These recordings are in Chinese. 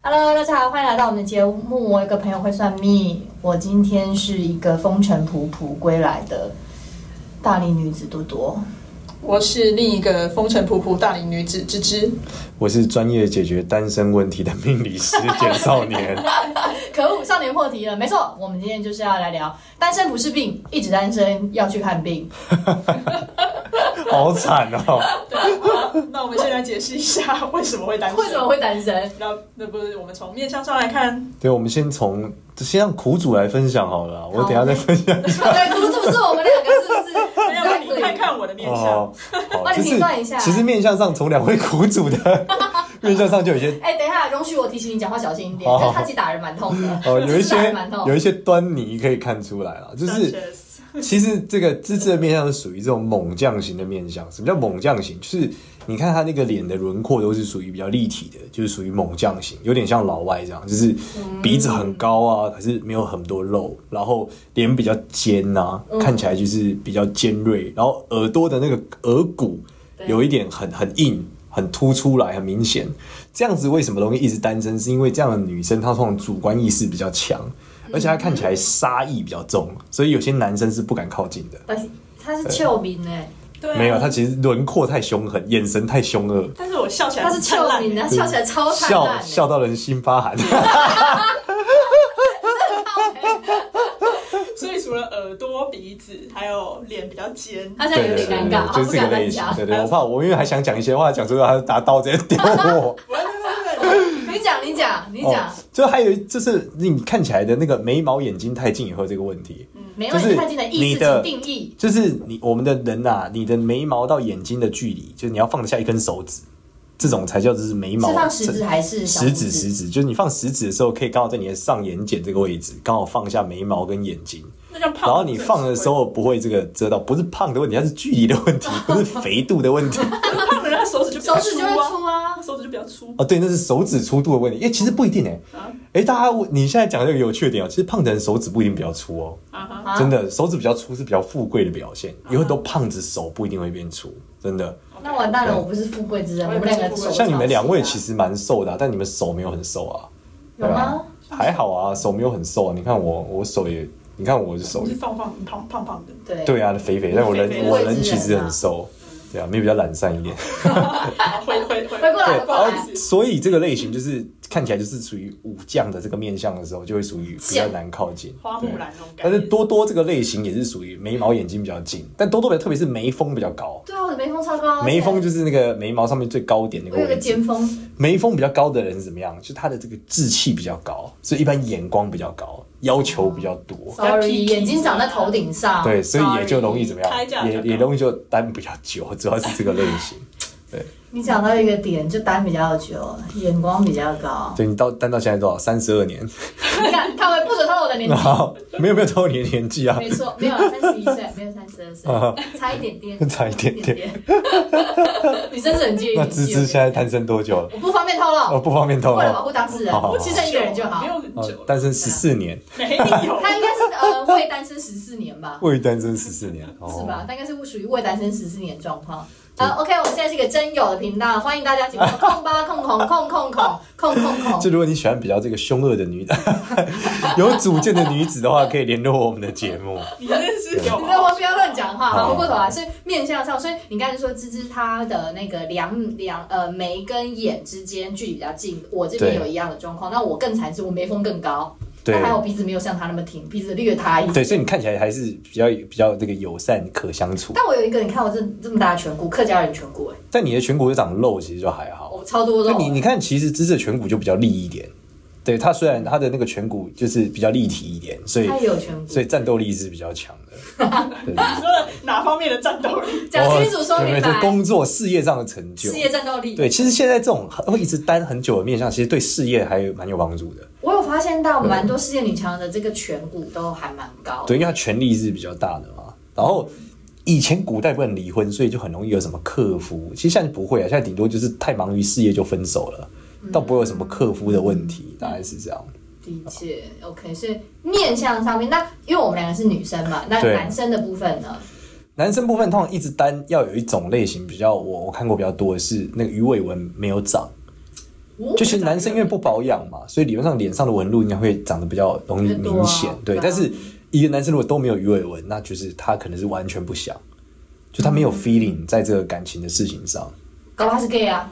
Hello，大家好，欢迎来到我们的节目。我有个朋友会算命，我今天是一个风尘仆仆归来的大龄女子多多。我是另一个风尘仆仆大龄女子芝芝，我是专业解决单身问题的命理师简少年。可恶，少年破题了。没错，我们今天就是要来聊单身不是病，一直单身要去看病。好惨哦！那我们先来解释一下为什么会单身。为什么？会单身？那那不是我们从面相上来看，对，我们先从先让苦主来分享好了啊，我等一下再分享。 对，苦主是我们两个，是 不没有你看看我的面相，哦，好帮你评断一下其实面相上从两位苦主的 面相上就有一些哎、等一下，容许我提醒你讲话小心一点，好因为他其实打人蛮痛的，哦， 有一其实打人些蛮痛。有一些端倪可以看出来了，就是。 Sanchez 其实这个芝芝的面相是属于这种猛将型的面相。什么叫猛将型？就是你看他那个脸的轮廓都是属于比较立体的，就是属于猛将型，有点像老外这样，就是鼻子很高啊，可是没有很多肉，然后脸比较尖啊，看起来就是比较尖锐，然后耳朵的那个耳骨对有一点很很硬。很突出来，很明显。这样子为什么容易一直单身？是因为这样的女生她通常主观意识比较强，而且她看起来杀意比较重，所以有些男生是不敢靠近的。但是他是臭名哎、对啊没有，她其实轮廓太凶狠，眼神太凶恶，但是我笑起来他是灿臭烂名，他笑起来超灿烂、笑欸，笑到人心发 寒。所以除了耳朵、鼻子，还有脸比较尖，他现在对有对点对尴对尬，，他不就是这个敢类乱型讲。。对对，我怕我因为还想讲一些话，讲出来他拿刀直接 丢我。哦你讲，你讲，你讲，就还有一就是你看起来的那个眉毛眼睛太近以后这个问题，没就问题。是太近的意你思，请的定义。就是你我们的人呐、啊，你的眉毛到眼睛的距离，就是你要放得下一根手指，这种才叫就是眉毛。是放食指还是小食指，拇食指，就是你放食指的时候，可以刚好在你的上眼睑这个位置，刚好放下眉毛跟眼睛。那叫胖。然后你放的时，候不会这个遮到，不是胖 的问题，它是距离的问题，不是肥度的问题。胖的人他手指就比手较指就粗会啊，粗啊他。手指就比较粗。哦，对，那是手指粗度的问题。哎，其实不一定哎、啊诶哎，大家我你现在讲这个有趣的点哦，其实胖的人手指不一定比较粗哦，啊哈，啊真的，手指比较粗是比较富贵的表现。有很多胖子手不一定会变粗，真的。啊那完蛋了，对我不是富贵之人，我我也们不是两个富手贵之人像你们两位超细其的实蛮瘦的啊、但你们手没有很瘦啊，有吗？还好啊，手没有很瘦啊。你看我，我手也，你看我的手我也是放放胖胖胖的，对对啊，肥肥，但我人肥肥我的人其实啊很瘦，对啊，没有比较懒 散一点。啊回回回回过来回不过好意来思，所以这个类型就是看起来就是属于武将的这个面相的时候，就会属于比较难靠近。花木对兰那种感但觉是。多多这个类型也是属于眉毛眼睛比较近，但多多比较特别是眉峰比较高，对啊，我的眉峰超哦高，眉峰就是那个眉毛上面最高点那我个有个位置。尖峰，眉峰比较高的人是怎么样？就他的这个志气比较高，所以一般眼光比较高，要求比较多。 sorry，眼睛长在头顶上，对，所以也就容易怎么开价样，比较也高也容易就单比较久，主要是这个类型。你讲到一个点，就单比较久，眼光比较 高。对你到单到现在多少？三十二年，你看，他们不准透露我的年纪然， 后没有没有透露你的年纪啊，没错，没有三十一岁，没有三十二啊岁，差一点点， 差一点点。点。 你真是很介意 那年芝纪，芝现在单身多久了？我不方便透哦，露，不方便透为了保露。护当事人好好，好牺牲一个人就好没。有很哦久，啊单身十四年，没有。他应该是呃未单身十四年吧，未单身十四年，是哦吧？？大概是属于未单身十四年状况。呃，OK，我们现在是一个真友的频道，欢迎大家请我们控吧、控控、控控控、控控控。就如果你喜欢比较这个凶恶的 女，有主见的女子的话，可以联络我们的节目。你真是有你在啊，我不要乱讲话，好回过头来，啊所以面向上，所以你刚才说芝芝她的那个两两呃眉跟眼之间距离比较近，我这边对有一样的状况，那我更惨是我眉峰更高，对那还有鼻子没有像她那么挺，鼻子略塌一对，点。所以你看起来还是比较比较这个友善可相处，但我有一个，你看我这这么大的颧骨，客家人颧骨、欸，但你的颧骨就长肉，其实就还好。我超多那肉。哎你你看，其实芝芝的颧骨就比较立一点，对它虽然它的那个颧骨就是比较立体一点，所以他也有颧骨所，以战斗力是比较强的。 对你对对说的哪方面的战斗力？讲清楚说明对对白，工作事业上的成就事，业战斗力。对，其实现在这种会一直单很久的面相，其实对事业还蛮有帮助的。我有发现到蛮多事业女强人的这个颧骨都还蛮高的，对，因为他权力是比较大的嘛。然后以前古代不能离婚，所以就很容易有什么克夫。其实现在不会啊，现在顶多就是太忙于事业就分手了，倒不会有什么克夫的问题，大概是这样。理解，OK，所以面相上面，那因为我们两个是女生嘛，那对男生的部分呢？男生部分通常一直单要有一种类型比较，我我看过比较多的是那个鱼尾纹没有长，哦就是男生因为不保养嘛，所以理论上脸上的纹路应该会长得比较容易明显，对对啊。但是一个男生如果都没有鱼尾纹，那就是他可能是完全不想，就他没有 feeling 在这个感情的事情上。搞不好他是 gay 啊，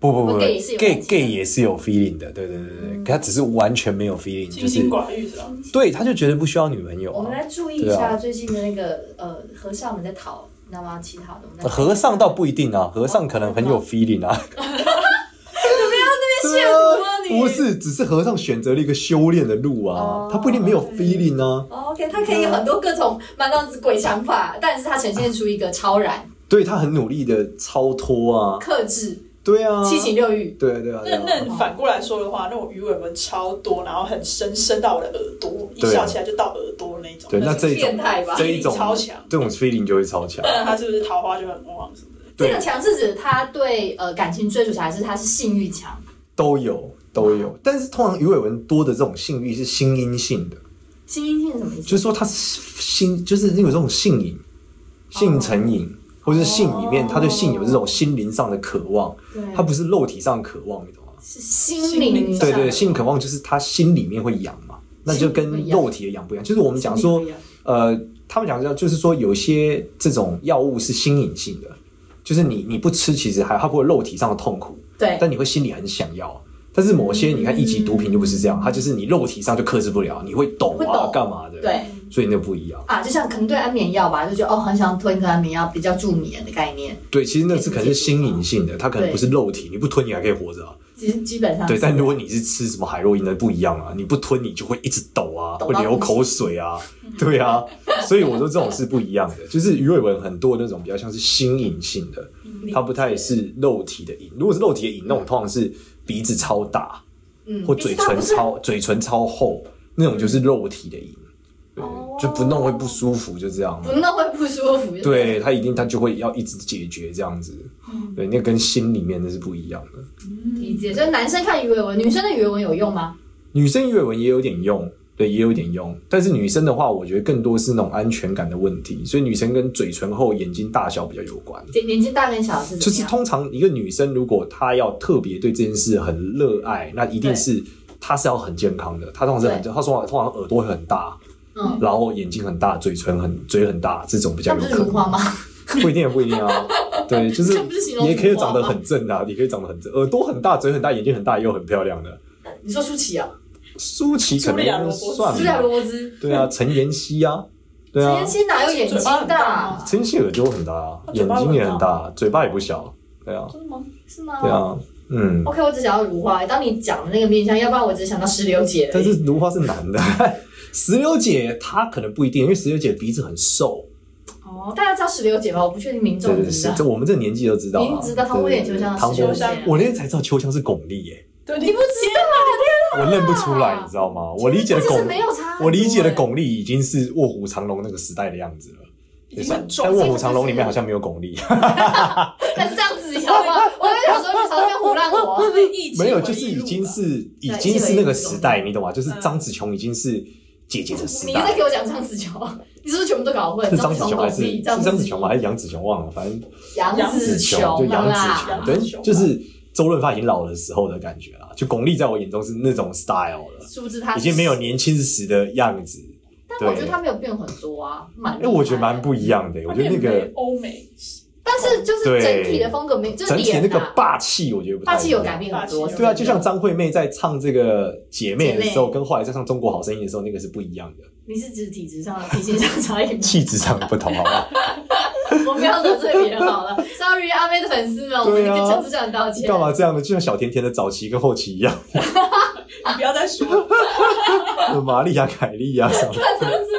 不不不不 gay 也是有，gay 感情的嗯 gay 也是有 feeling 的，对对对对，可他只是完全没有 feeling，就清是心寡欲是吧？对，他就觉得不需要女朋友我们啊。来注意一对下啊最近的那个呃和尚们在讨，你知道吗？乞讨的我们在呃和尚倒不一定啊，和尚可能很有哦 feeling 啊。怎么样？亵渎了你不是，只是和尚选择了一个修炼的路啊哦，他不一定没有 feeling 啊。哦 OK，他可以有很多各种满脑子鬼想法，但是他呈现出一个超然、对他很努力的超脱啊，克制、对啊，七情六欲。对啊对啊对那啊，那反过来说的话，那种鱼尾纹超多，然后很深，深到我的耳朵，一对啊笑起来就到耳朵那种。对，那这一变种态吧这一种超强这种 feeling 就会超强，那他是不是桃花就很旺什么的？这对个，强是指他对呃感情追逐强，还是他是性欲强？都有都有。但是通常鱼尾纹多的这种性欲是心因性的，心因性是什么意思？就是说他是心，就是有这种性瘾、哦性成瘾，或者是性里面他对性有这种心灵上的渴望，对，他不是肉体上渴望，你懂吗？嗯是心灵上对对，性渴望就是他心里面会痒嘛，那就心里跟会痒肉体的痒不一样。就是我们讲心说里会痒，呃，他们讲到就是说，有些这种药物是心瘾性的，就是你你不吃其实还它不会有肉体上的痛苦，对嗯但你会心里很想要。啊但是某些你看一级毒品就不是这样，它就是你肉体上就克制不了，你会抖会啊抖干嘛的，对，所以那不一样。啊，就像可能对安眠药吧，就觉得哦很想吞一颗安眠药比较助眠的概念，对，其实那是可能是心瘾性的，它可能对不是肉体，你不吞你还可以活着啊。其实基本上对，是但如果你是吃什么海洛因的不一样啊，你不吞你就会一直抖啊，抖会到流不行口 水啊，对啊，所以我说这种是不一样的。就是鱼尾纹很多那种比较像是心瘾性的，它不太是肉体的瘾。如果是肉体的瘾，那种通常是鼻子超大，嗯或嘴唇不是嗯超嘴唇超厚，那种就是肉体的瘾，对哦，就不弄会不舒服，就这样。啊不弄会不舒服。对他一定他就会要一直解决这样子，嗯对，那跟心里面那是不一样的。理解，就是男生看鱼尾纹，女生的鱼尾纹有用吗？女生鱼尾纹也有点用，对，也有点用。但是女生的话，我觉得更多是那种安全感的问题，所以女生跟嘴唇厚、眼睛大小比较有关。年年纪大跟小是怎就么是样？通常一个女生如果她要特别对这件事很热爱，那一定是她是要很健康的。她通常是很，她说通常耳朵会很大，嗯，然后眼睛很大，嘴唇很嘴很大，这种比那较不有是可如能。花吗？不一定，不一 定啊。对，就是这不是形容你也可以情况长得吗很正啊，你可以长得很正，耳朵很大，嘴很大，眼睛很大，也有很漂亮的。你说舒淇啊，舒淇可茱莉亚能罗伯茨算朱亚吧，罗伯兹，对啊，陈妍希啊，对陈啊妍，希哦哪有眼睛嘴巴很大大吗？陈妍希耳朵很大啊，她嘴眼巴睛也很很大，嘴巴也不小，对啊，真的吗？是吗？对啊，嗯。 OK，我只想要如花。当你讲的那个面相，要不然我只想到石榴姐而已。但是如花是男的， 石榴姐她可能不一定，因为石榴姐鼻子很瘦，哦，大家知道石榴姐吧？我不确定民众对知不对对，知是道。这我们这个年纪都知道啊，你知道唐伯虎点秋香啊的对对对唐石伯榴姐虎我那天才知道秋香是巩俐耶，对，你不知道，我认不出来，你知道吗？我理解的这巩是没有差很多欸。我理解的巩俐已经是卧虎藏龙那个时代的样子了，已经很但重。卧虎藏龙里面好像没有巩俐，那这样子，你知道吗？我跟想说，你朝那边胡乱 我。啊没有，就是已经是已经是那个时代，你懂吗？就是嗯张子琼已经是姐姐的时你代在。给我讲张子琼，你是不是全部都搞混？ 是张子琼、琼巩还是俐、是张子琼琼吗？还是杨子琼？忘了，反正杨紫琼就杨子啦琼，琼对杨紫，琼就是周润发已经老的时候的感觉啦。就巩俐在我眼中是那种 style 了，殊不知她已经没有。年轻时的样子。但对我觉得她没有变很多啊，蛮。哎，我觉得蛮。不一样的。我觉得那个欧美但是就是对整体的风格没，就是整体脸那个啊霸气，我觉得不太霸气有一样改变很多霸气。有是对啊，真的就像张惠妹在唱这个姐妹的时姐候，妹跟后来在唱《中国好声音》的时候，那个是不一样的，你是指体质上的体型上差异吗？气质上不同，好吧？我不要得罪别人好了，sorry，阿 妹的粉丝们，我们对啊跟陈组长道歉。干嘛这样的？就像小甜甜的早期跟后期一样， 你不要再说 了，玛丽亚、凯莉啊、什么我真的碧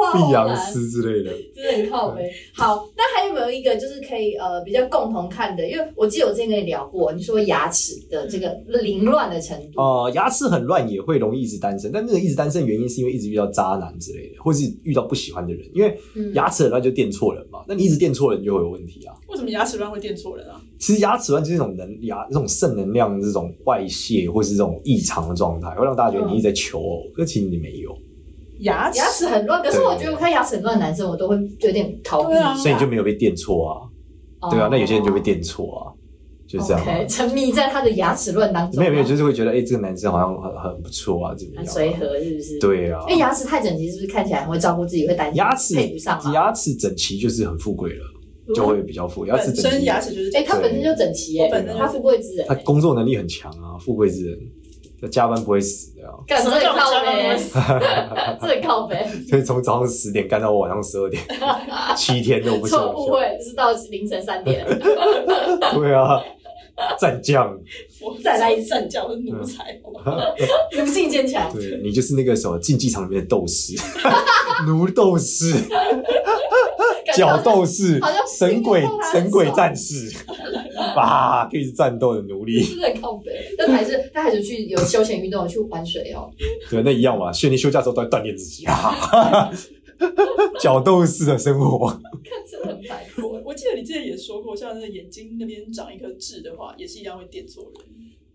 花好昂难，斯之 类的。真的很靠背。好，那还有没有一个就是可以呃比较共同看的？因为我记得我之前跟你聊过，你说牙齿的这个嗯凌乱的程哦度，呃，牙齿很乱也会容易一直单身，但那个一直单身的原因是因为一直遇到渣男之类的，或是遇到不喜欢的人，因为嗯牙齿很乱就电错人嘛。那你一直电错人就会有问题啊。为什么牙齿乱会电错人啊？其实牙齿乱就是一种能牙这种正能量的这种外泄或是这种异常的状态，会让大家觉得你一直在求偶，可是其实你没有。牙齿牙齿很乱。可啊是我觉得我看牙齿很乱的男生，我都会有点逃避一下对啊啊所以你就没有被电错啊，对啊，那有些人就被会电错啊，就是这样吧。哦 OK，沉迷在他的牙齿乱当中，没有没有，就是会觉得哎、诶这个男生好像很很不错啊，怎么样很啊？随和，是不是？。对啊因，为牙齿太整齐，是不是看起来很会照顾自己，会担心牙齿配不上啊嘛？牙齿整齐就是很富贵了，就会比较富。牙齿本整身齐，牙齿就是哎、他本身就整齐耶、我本身就他富贵之 人、他欸，工作能力很强啊，富贵之人，他加班不会死的啊。 干这 什么里叫靠加班呗公，这里靠呗，所以从早上十点干到晚上十 二点，七天都不休错误会是到凌晨三点，对啊，战将， 我再来一次战将，我是奴才，哦好吧 奴性坚强。对你就是那个什么竞技场里面的斗士， 奴斗士、感觉好角像斗士好像、神鬼运动还很神鬼爽 战士，啊，可以是战斗的奴隶，是在靠北，但还是他还是去有休闲运动，去玩水 哦。对，那一样嘛。训练休假的时候都在锻炼自己啊，角斗士的生活，看真的很白痴。 我我记得你之前也说过，像那个眼睛那边长一颗痣的话，也是一样会电错人。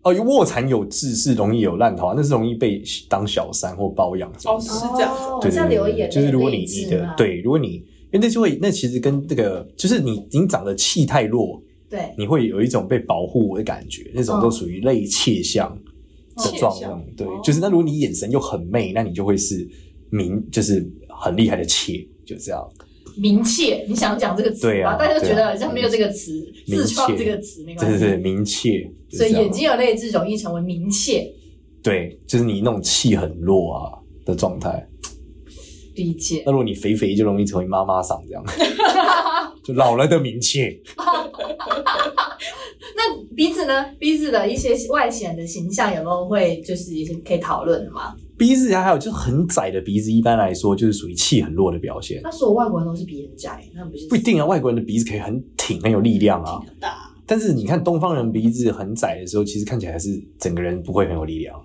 哦，卧蚕有痣是容易有烂桃花，那是容易被当小三或包养什么哦的。是这样子哦对对像对留对言，就是如果你内置你的嘛对，如果你因为那就会那其实跟这个就是你你长得气太弱，对，你会有一种被保护的感觉，那嗯种都属于类窃相的状窃况相。对哦，就是那如果你眼神又很媚，那你就会是明，就是很厉害的窃，就这样。明切，你想讲这个词对吧啊？大家都觉对得啊好像没有这个词，明自创这切个词没关对系。对对，明窃。就所以这样眼睛有泪痣容易成为明切，对，就是你那种气很弱啊的状态。理解。那如果你肥肥，就容易成为妈妈嗓 这样，就老了的明窃。那鼻子呢？鼻子的一些外显的形象有没有会就是也是可以讨论的吗？鼻子还有就是很窄的鼻子，一般来说就是属于气很弱的表现。那所有外国人都是鼻很窄，那不是不一定啊，外国人的鼻子可以很挺，很有力量啊。挺大，但是你看东方人鼻子很窄的时候，其实看起来是整个人不会很有力量，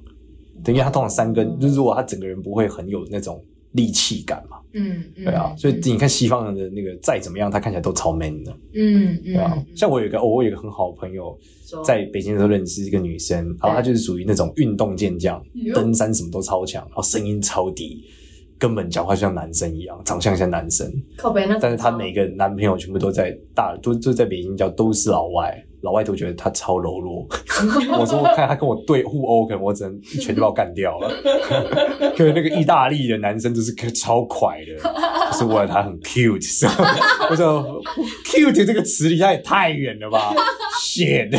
对，因为他通常三根，嗯就是如果他整个人不会很有那种力气感嘛，嗯，嗯对啊。所以你看西方人的那个再怎么样，他看起来都超 man 的，嗯嗯对啊。嗯哦像我有一个，哦我有一个很好的朋友，说在北京的时候认识一个女生，然后她就是属于那种运动健将，哟登山什么都超强，然后声音超低，根本讲话就像男生一样，长相像男生。靠北那，但是她 每个男朋友全部都在大，都都在北京叫都是老外，老外都觉得她超柔弱。我说我看她跟我对互殴，可能我只能一拳就把我干掉了。 可是那个意大利的男生就是超快 的，就是我他很 cute，是 吧我说 cute 这个词离他也太远了吧，shit，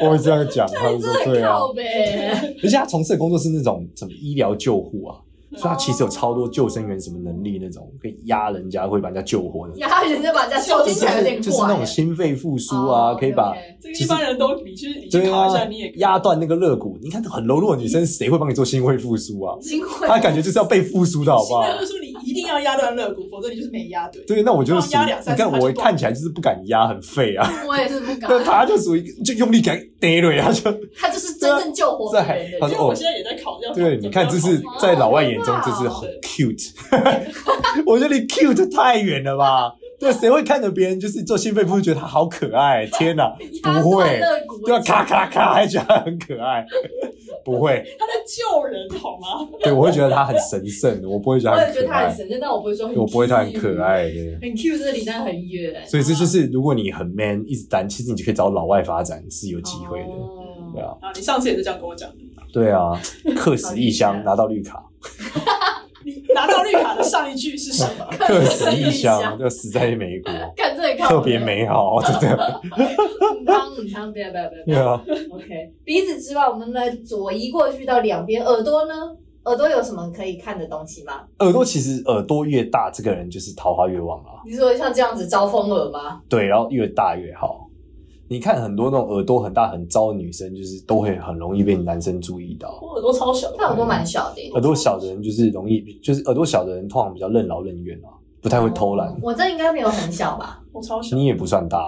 我会这样讲，他就说对啊，靠呗，而且他从事的工作是那种什么医疗救护啊。所以他其实有超多救生员什么能力那种，可以压人家，会把人家救活的然后人家把人家笑听起来有点就是怪哦那种心肺复苏啊，可以把这个一般人都，你去你去对考一啊下，你也可以嗯压断那个肋骨。你看很柔弱的女生，谁会帮你做心肺复 苏啊？心会她感觉就是要被复苏的好不好现？ 在就说你一定要压断肋骨，否则你就是没压对。对，那我就然是后压两你三次看她就我断看起来就是不敢压，很废 啊。我也是不敢那，她就属于就用力给逮了呀，就他就是真正救活这别还人的她人。因为说我哦现，在也在考这样。 对，你看这是考在老外眼中这是很 cute，我觉得离 cute 太远了吧？对，谁会看着别人就是做心肺复苏觉得她好可爱？ 天哪，压不断会。肋骨，对啊，咔咔咔，还觉得他很可爱， 不会，他在救人好吗？对我会觉得他很神圣，我不会觉我得他也很觉得可他很爱，神圣，但我不会说很，我不会他很可，爱的。很 Q 这离那很远，所以这就是，如果你很 man 一直单，其实你就可以找老外发展是有机会的。哦对啊，啊，你上次也是这样跟我讲的。 对啊，客死异好乡厉害拿到绿卡，你拿到绿卡的上一句是什 么？客死异客死异乡乡就死在美国，看这里靠北特别，美好，真的。嗯汤嗯汤，不要不要不要不对要啊， ，OK，鼻子之外，我们来左移过去到两边，耳朵呢？耳朵有什么可以看的东西吗？耳朵其实耳朵越大，这个人就是桃花越旺啦。你说像这样子招风耳吗？对，然后越大越好。你看很多那种耳朵很大很糟的女生，就是都会很容易被男生注意到。我耳朵超小的，他耳朵蛮小的耶，欸耳朵小的人就是容易，就是耳朵小的人通常比较任劳任怨啊，不太会偷懒。我这应该没有很小吧？我超小。你也不算大，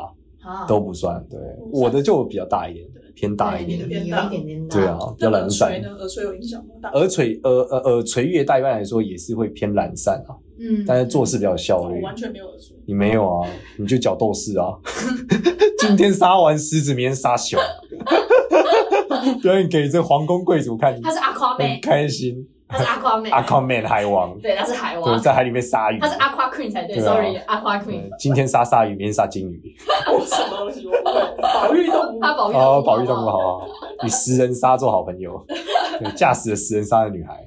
啊，都不算。对，不算我的就比较大一点，偏大一对点。你有一点点大。对啊，比较耳懒垂散。呢？耳垂有影响吗？大耳垂耳耳耳垂越大，一般来说也是会偏懒散啊，嗯，但是做事比较有效我率。嗯完全没有耳垂。你没有啊，你就角斗士啊！今天杀完狮子，明天杀啊熊，表演给这皇宫贵族看，他是阿夸很妹，开心。他是阿夸妹，阿 c Man 海王，对，他是海对，王，在海里面杀鱼他。是阿夸 queen 才对对啊，sorry，阿夸 queen，对今天杀鲨鱼，明天杀金鱼。我什么东西我不会，保育动物。他保育动物哦，保育动物，好好，好与食人鲨做好朋友，对驾驶了食人鲨的女孩。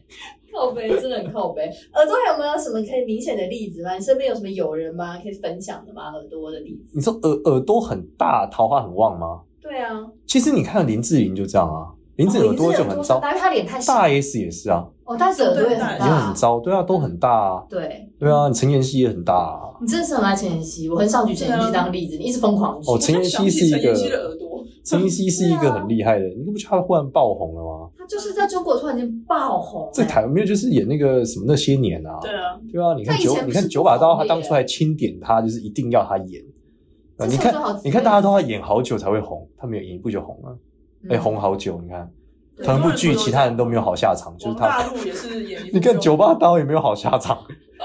靠背真的很靠背。耳朵还有没有什么可以明显的例子吗？你身边有什么友人吗？可以分享的吗？耳朵的例子？你说耳耳朵很大，桃花很旺吗？对啊，其实你看林志玲就这样啊，林哦志玲耳朵就很糟，但是他脸太大小， S 也是啊，哦，但是耳朵也很也很大，嗯糟，对啊，都很大啊，对。对啊，陈妍希也很 大啊。你真的是很爱陈妍希，我很少举陈妍希对啊当例子，你一直疯狂举。哦，陈妍希是一陈妍希的个耳朵，陈妍希是一个很厉害啊的，你不觉得她忽然爆红了吗？他就是在中国突然间爆红、欸，在台湾没有就是演那个什么那些年啊，对啊，对啊，你看她以前不九是你看不九把刀，红他的当初还钦点他，就是一定要他演。啊这你才看最好吃你看大家都要演好久才会红，他没有演一部就红了，嗯哎、红好久，你看对同一部剧很多人都其他人都没有好下场，就是王他大陆也是演一部 你看就九把刀也没有好下 场，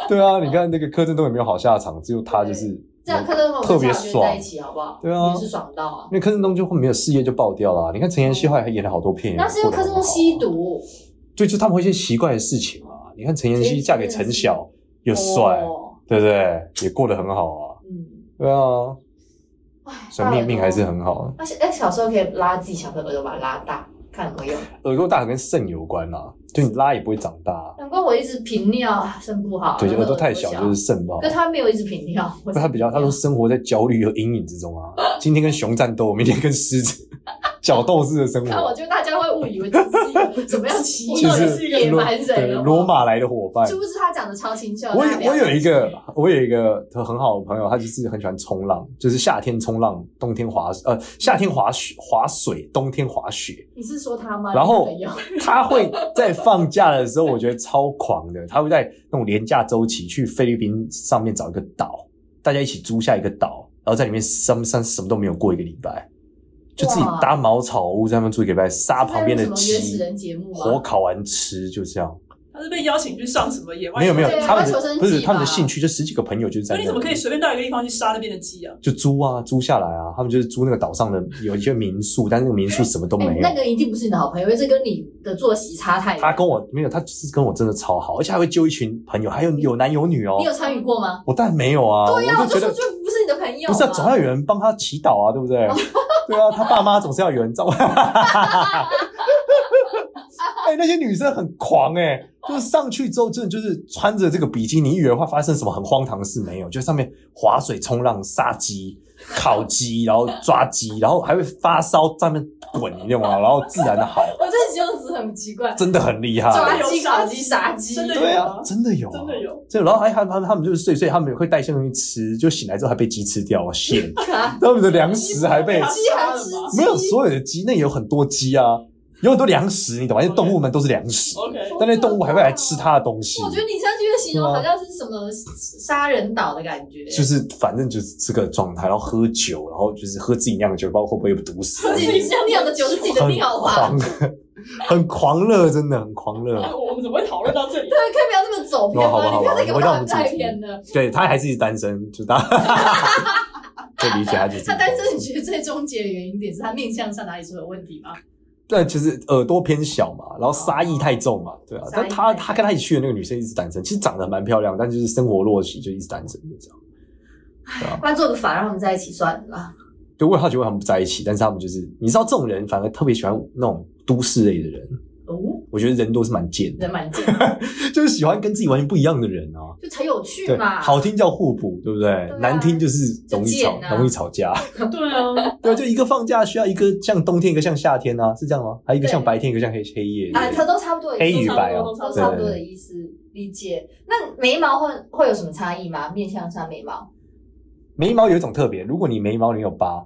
对啊，你看那个柯震东也没有好下场，只有他就是这样柯震东特别爽，在爽一，起好不好？对啊也是爽到啊因。为柯震东就会没有事业就爆掉了啊、你看陈妍希后来还演了好多片，嗯那是因为柯震东吸过得很好啊，毒，对，就他们会一些奇怪的事情啊。你看陈妍希嫁给陈晓又帅，哦对不对？也过得很好啊，嗯，对啊，哎所以命命还是。很好啊。而且哎，小时候可以拉自己小朋友的耳朵把它拉大，看有没有用。耳朵大跟肾有关啦、就你拉也不会长大啊，难怪我一直频尿，啊，肾不好。对，然后耳朵太小就是是。肾不好可。他没有一直频尿，我 他比较，他都生活在焦虑和阴影之中啊。 今天跟熊战斗，明天跟狮子， 角斗士的生活。看我觉得大家会误以为这是一个怎么样奇就妙的是野罗蛮人对了。罗马来的伙伴。殊不知他讲的超清秀。我大家不有要我有一个我有一个很好的朋友，他就是很喜欢冲浪，就是夏天冲浪，冬天滑呃夏天滑雪滑水，冬天滑雪。你是说他吗？然后你的朋友他会在放假的时候，我觉得超狂的，他会在那种廉价周期去菲律宾上面找一个岛，大家一起租下一个岛，然后在里面什么什么什么都没有过一个礼拜，就自己哇搭茅草屋在那边住一个礼拜，杀旁边的是在录什么原始鸡，人节目火吗？烤完吃，就这样。他是被邀请去上什么野外？没有没有对，他们他求生的计不是吧他们的兴趣，就十几个朋友就是在所以你那里。怎么可以随便到一个地方去杀那边的鸡啊？就租啊，租下来啊，他们就是租那个岛上的有一些民宿，但是那个民 宿什么都哎、没有那。个一定不是你的好朋友，因为这跟你的作息差太远。他跟我没有，他就是跟我真的超好，而且还会揪一群朋友，还有有男有女哦你。有参与过吗？我当然没有啊，对呀、我我就就觉说得就不是你的朋友嘛。不是啊，总要有人帮他祈祷啊，对不对？对啊，他爸妈总是要有人照顾。哎，那些女生很狂哎、就是上去之后，真的就是穿着这个比基尼，你以为会发生什么很荒唐的事没有？就上面划水、冲浪、杀鸡、烤鸡，然后抓鸡，然后还会发烧，上面滚，你知道吗？然后自然的好，我这形容词很奇 怪，真的很厉害。抓鸡、烤鸡、杀鸡，真的有对啊吗，真的有、啊，真的有。对，然后还他们他们就是睡睡，他们也会带一些东西吃，就醒来之后还被鸡吃掉啊，蟹，他们的粮食还被鸡还吃鸡没有所有的鸡，那也有很多鸡啊，有很多粮食，你懂吗？因为动物们都是粮食， OK，但那些动物还会来吃它的东西哦我，觉得你上去的形容好像是什么杀人岛的感觉，就是反正就是这个状态，然后喝酒，然后就是喝自己酿的酒，不知道会不会有毒死，自己像酿的酒是自己的啊很尿吧？狂，很狂热，真的很狂热。哎我们怎么会讨论到这里？对，可以不要那么走偏哦好吧吗？你不要再给好吧我我们带偏了。对他还是一直单身，就大家可以理解他 就是他单身，你觉得最终结的原因点是他面相上哪里出了问题吗？对，就是耳朵偏小嘛，然后杀意太重嘛，对啊。杀意但他太重他跟他一起去的那个女生一直单身，其实长得蛮漂亮，但就是生活落寞，就一直单身，就这样。不然做个法让他们在一起算了啦。对，我也好奇为他们不在一起，但是他们就是，你知道这种人反而特别喜欢那种都市类的人， 哦，我觉得人都是蛮贱的人，蛮贱， 就是喜欢跟自己完全不一样的人啊。就才有趣对，嘛。好听叫互补，对不对？啊难听就是容易吵就，贱啊容易吵架。 对啊，对啊，就一个放假需要一个像冬天，一个像夏天啊，是这样吗？还有一个对像白天，一个像黑黑夜。啊，它都差不多的意思，黑与白啊都差不多对都差不多的意思，理解。那眉毛会会有什么差异吗？面相上眉毛，眉毛有一种特别，如果你眉毛你有疤，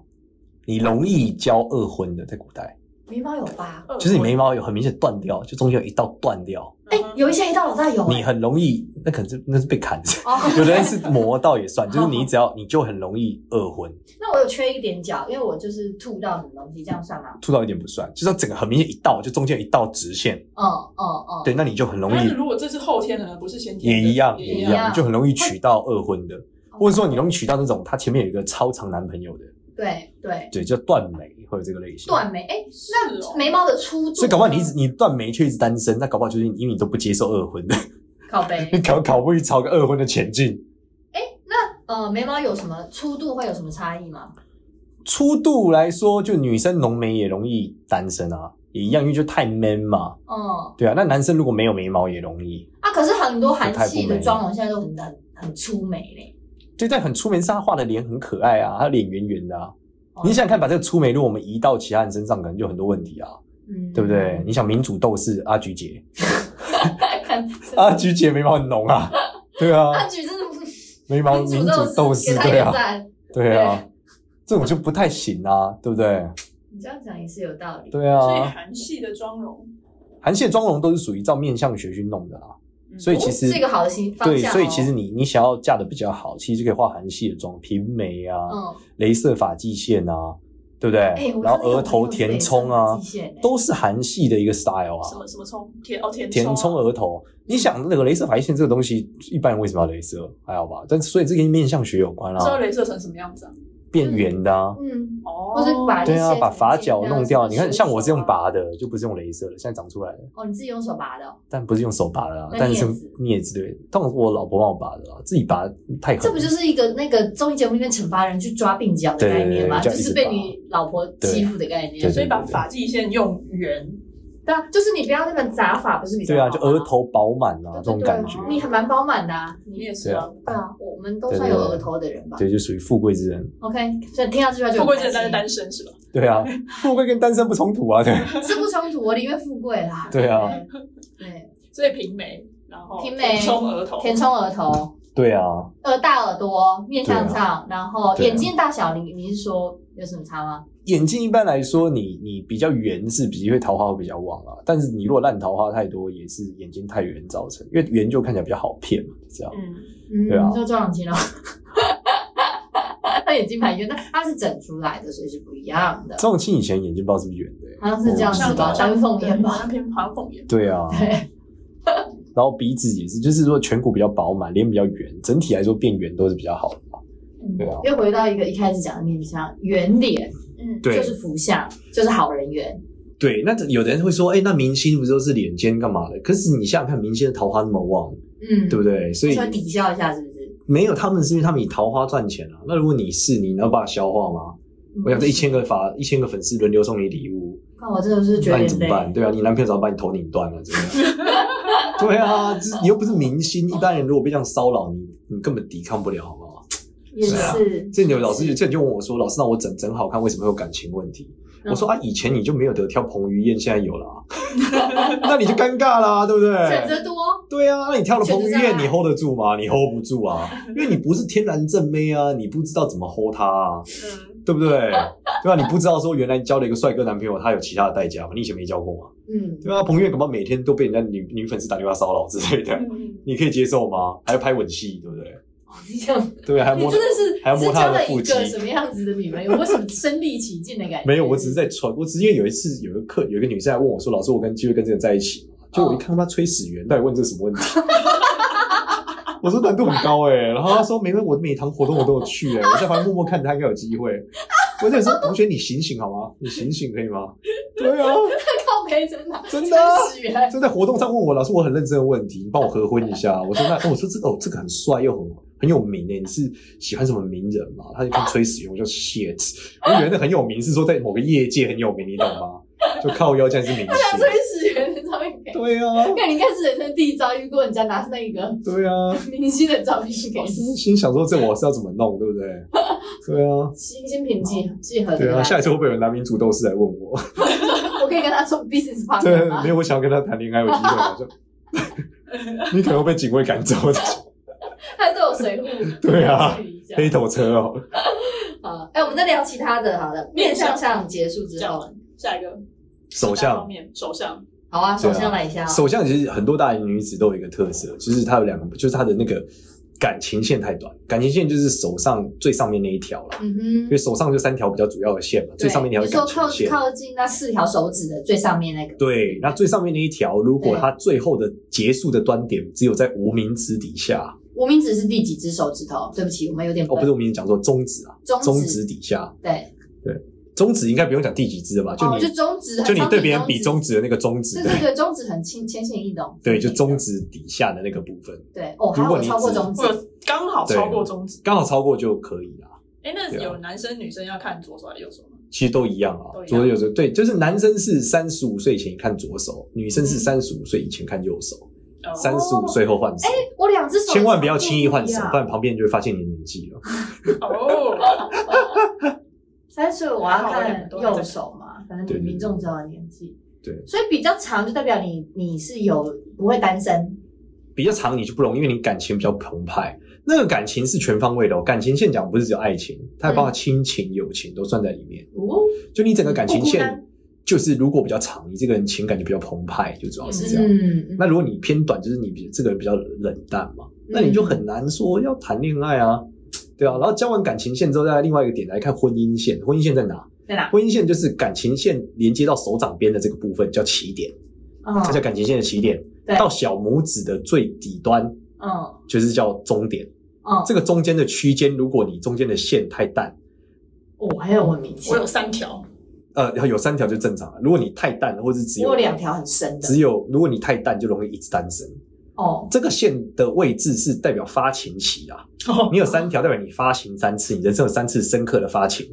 你容易交二婚的，在古代，眉毛有疤，呃就是你眉毛有很明显断掉，就中间有一道断掉，哎、嗯哼有一些一到老大有、你欸，很容易，那可能是那是被砍。 哦，有的人是磨到也算，就是你只要你就很容易二婚，那我有缺一点角，因为我就是吐到什么东西，这样算吗？吐到一点不算，就是它整个很明显一道，就中间有一道直线，嗯嗯嗯，对，那你就很容但易是如果这是后天的呢，不是先天也的一样也也一一样样，你就很容易娶到二婚的，哦或者说你容易娶到那种她前面有一个超长男朋友的，对对，对，叫断眉会有这个类型。断眉，哎，是哦那眉毛的粗度呢，所以搞不好你一直你断眉却一直单身，那搞不好就是你因为你都不接受二婚的，靠背，搞搞不一朝个二婚的前进。呃，眉毛有什么粗度会有什么差异吗？粗度来说，就女生浓眉也容易单身啊，也一样，因为就太 man 嘛。嗯，对啊，那男生如果没有眉毛也容易。啊，可是很多韩就太不系美的了妆容现在都很很很粗眉嘞。对，但很出名是他画的脸很可爱啊，他脸圆圆的啊。哦你想想看，把这个粗眉如果我们移到其他人身上，可能就很多问题啊，嗯，对 不对？？你想民主斗士阿菊姐，看阿菊姐眉毛很浓 啊，对阿啊，菊真的不 眉毛民民主主斗士给，他一对个啊，赞。对啊，这种就不太行啊，对不对？你这样讲也是有道理。对所以啊，韩系的妆容，韩系的妆容都是属于照面相学去弄的啊，嗯所以其实哦是一个好的形方向、对，哦。所以其实你你想要嫁的比较好，其实就可以画韩系的妆，平眉啊，嗯，镭射发际线啊，对不对？哎、我然后真的有额头填充朋友啊是，这样的极限欸都是韩系的一个 style 什啊。么什么葱填哦填填充充啊额头，你想那个镭射发际线这个东西，一般人为什么要镭射？还好吧，但是所以这跟面相学有关知道啊，镭射成什么样子啊？变圆的啊，嗯，哦，或是把对啊，一些把发角弄掉。什么你尖看，的像我是用手啊拔的，就不是用镭射了，现在长出来了，哦，你自己用手拔的、哦，但不是用手拔的啊，那但镊是子镊子对，当然我老婆帮我拔的啊，自己拔太狠了。这不就是一个那个综艺节目里面惩罚人去抓鬓角的对概念吗？就这样一直是被你老婆欺负的概念。对所以把发际线用圆，对啊，就是你不要那么杂发，不是比较对啊，好就吗额头饱满啊，对这对种对感觉，你还蛮饱满的啊。你你也是啊。对啊，我们都对算对有对额头的人吧。嗯对，就属于富贵之人。 OK，所以听到这句话就不很过这开单心是单身是吧？对 啊，富贵跟单身不冲突啊，对是不冲突，我宁愿富贵啦。对啊，对，所以平眉，然后平眉填充额头，填充额头，对啊，呃，大耳朵，面向对上，然后对啊眼睛大小，你你是说有什么差吗？眼睛一般来说，你你比较圆是比因为桃花会比较旺啊，但是你如果烂桃花太多，也是眼睛太圆造成，因为圆就看起来比较好骗嘛，就这样。嗯，嗯，对啊你说周扬青哦， 他眼睛蛮圆，但他是整出来的，所以是不一样的。张永庆以前眼睛不知道是不是圆的、欸好像是这样好子像哦吧，好像丹凤眼好吧。像偏好像凤眼。对啊，对，然后鼻子也是，就是说颧骨比较饱满，脸比较圆，整体来说变圆都是比较好的嘛。嗯对啊又回到一个一开始讲的面相，圆脸，嗯，对就是福相，就是好人缘。对，那有的人会说，哎、那明星不都是脸尖干嘛的？可是你想想看，明星的桃花那么旺，嗯，对不对？所以稍微抵消一下，是不是？没有，他们是因为他们以桃花赚钱啊。那如果你是，你能把它消化吗？我想这一千个法，一千个粉丝轮流送你礼物，那我真的是觉那得你有怎点么办？累。对啊，你男朋友早把你头拧断了，真的。 对啊，这你又不是明星，一般人如果被这样骚扰，你你根本抵抗不了，好不好？也对啊是，这你老师就这你就问我说，老师让我整整好看，为什么会有感情问题？嗯我说啊，以前你就没有得挑彭于晏，现在有了、啊， 那你就尴尬啦、对不对？选择多，对啊，那你跳了彭于选晏，择你 hold 得住吗？你 hold 不住 啊，因为你不是天然正妹啊，你不知道怎么 hold 他啊，嗯，对不对？对吧、你不知道说原来交了一个帅哥男朋友，他有其他的代价嘛？你以前没交过嘛？嗯，对啊，彭于晏恐怕每天都被人家女女粉丝打电话骚扰之类的，你可以接受吗？还要拍吻戏，对不对？你想，对，还要你摸真。的是还要摸是他交的了腹一肌个什么样子的女朋友？为什么身临其境的感觉？没有，我只是在传，我只是因为有一次有一个课，有一个女生来问我说：“老师，我跟机会跟这个在一起吗？”就我一看她吹死圆，到底问这什么问题？ 我说难度很高哎、然后她说没问我每堂活动我都有去哎、我在旁边默默看她应该有机会。 我在说同学你醒醒好吗？你醒醒可以吗？ 对啊，靠陪真的真的啊真实缘，就在活动上问我老师我很认真的问题，你帮我合婚一 下。我说那、哦我说这个哦这个很帅又很很有名哎、你是喜欢什么名人嘛？他就看崔始源，我就 shit，我以为那很有名是说在某个业界很有名，你懂吗？就靠腰竟然是明星， 真实缘的照片给。对啊，看，你应该是人生第一遭遇过人家拿那个对啊。明星的照片给我是心想说，这我是要怎么弄，对不对？对啊，新新品记记合对啊，下一来。次会不会有男民主斗士来问 我？我可以跟他做 business 对 partner 吗，没？有，我想要跟他谈恋爱有机会吗？就 你可能会被警卫赶 走的，他都有水户， 对啊去一下黑头车哦。好，哎，我们再聊其他的，好的，面相上结束之后，下一个首其他相方，面，首相好啊，对首啊相来一下，首相其实很多大龄女子都有一个特色，就是她有两个，就是她的那个感情线太短，感情线就是手上最上面那一条啦，嗯因哼为，手上就三条比较主要的线嘛，最上面那条你是说感靠情线。靠近那四条手指的最上面那个，对，那最上面那一条，如果它最后的结束的端点只有在无名指底下，无名指是第几只手指头？对不起，我们有点哦，不笨。是，我们已经讲说中指啊，中指中指底下，对，中指应该不用讲第几只了吧？就哦，你就中指，就你对别人比中中指的那个中指指，，对对对，中指很轻，浅显易懂。对，就中指底下的那个部分，对哦，还好如果我你超过只中指我，有刚好超过中指。刚好超过就可以啦。哎，那对啊有男生女生要看左手还是右手吗？其实都一样啊都一，样左右手对，就是男生是三十五岁前看左手，女生嗯是三十五岁以前看右手，呃哦三十五岁后换手，我两只手千万不要轻易换手，不啊。然旁边人就会发现你的年纪了。 哦，三岁我要还好我两看个都右手嘛，反正对女对民众知道的年纪。对，所以比较长就代表你你是有不会单身，比较长你就不容易，因为你感情比较澎湃。那个感情是全方位的哦，感情线讲不是只有爱情，它还包括亲情、友情都算在里面。哦，就你整个感情不孤线单，就是如果比较长，你这个人情感就比较澎湃，就主要是这样。嗯，那如果你偏短，就是你比这个人比较冷淡嘛，那嗯你就很难说要谈恋爱啊，对啊。然后交完感情线之后，再来另外一个点来看婚姻线，婚姻线在哪？在哪？婚姻线就是感情线连接到手掌边的这个部分叫起点，嗯它叫感情线的起点，对到小拇指的最底端嗯就是叫终点。嗯，这个中间的区间，如果你中间的线太淡，我还有我明显我，有三条，呃，有三条就正常了。如果你太淡，或是只我有有两条很深的只有，如果你太淡，就容易一直单身。哦，这个线的位置是代表发情期啊，哦 你有三条代表你发情三次，你人生有三次深刻的发情，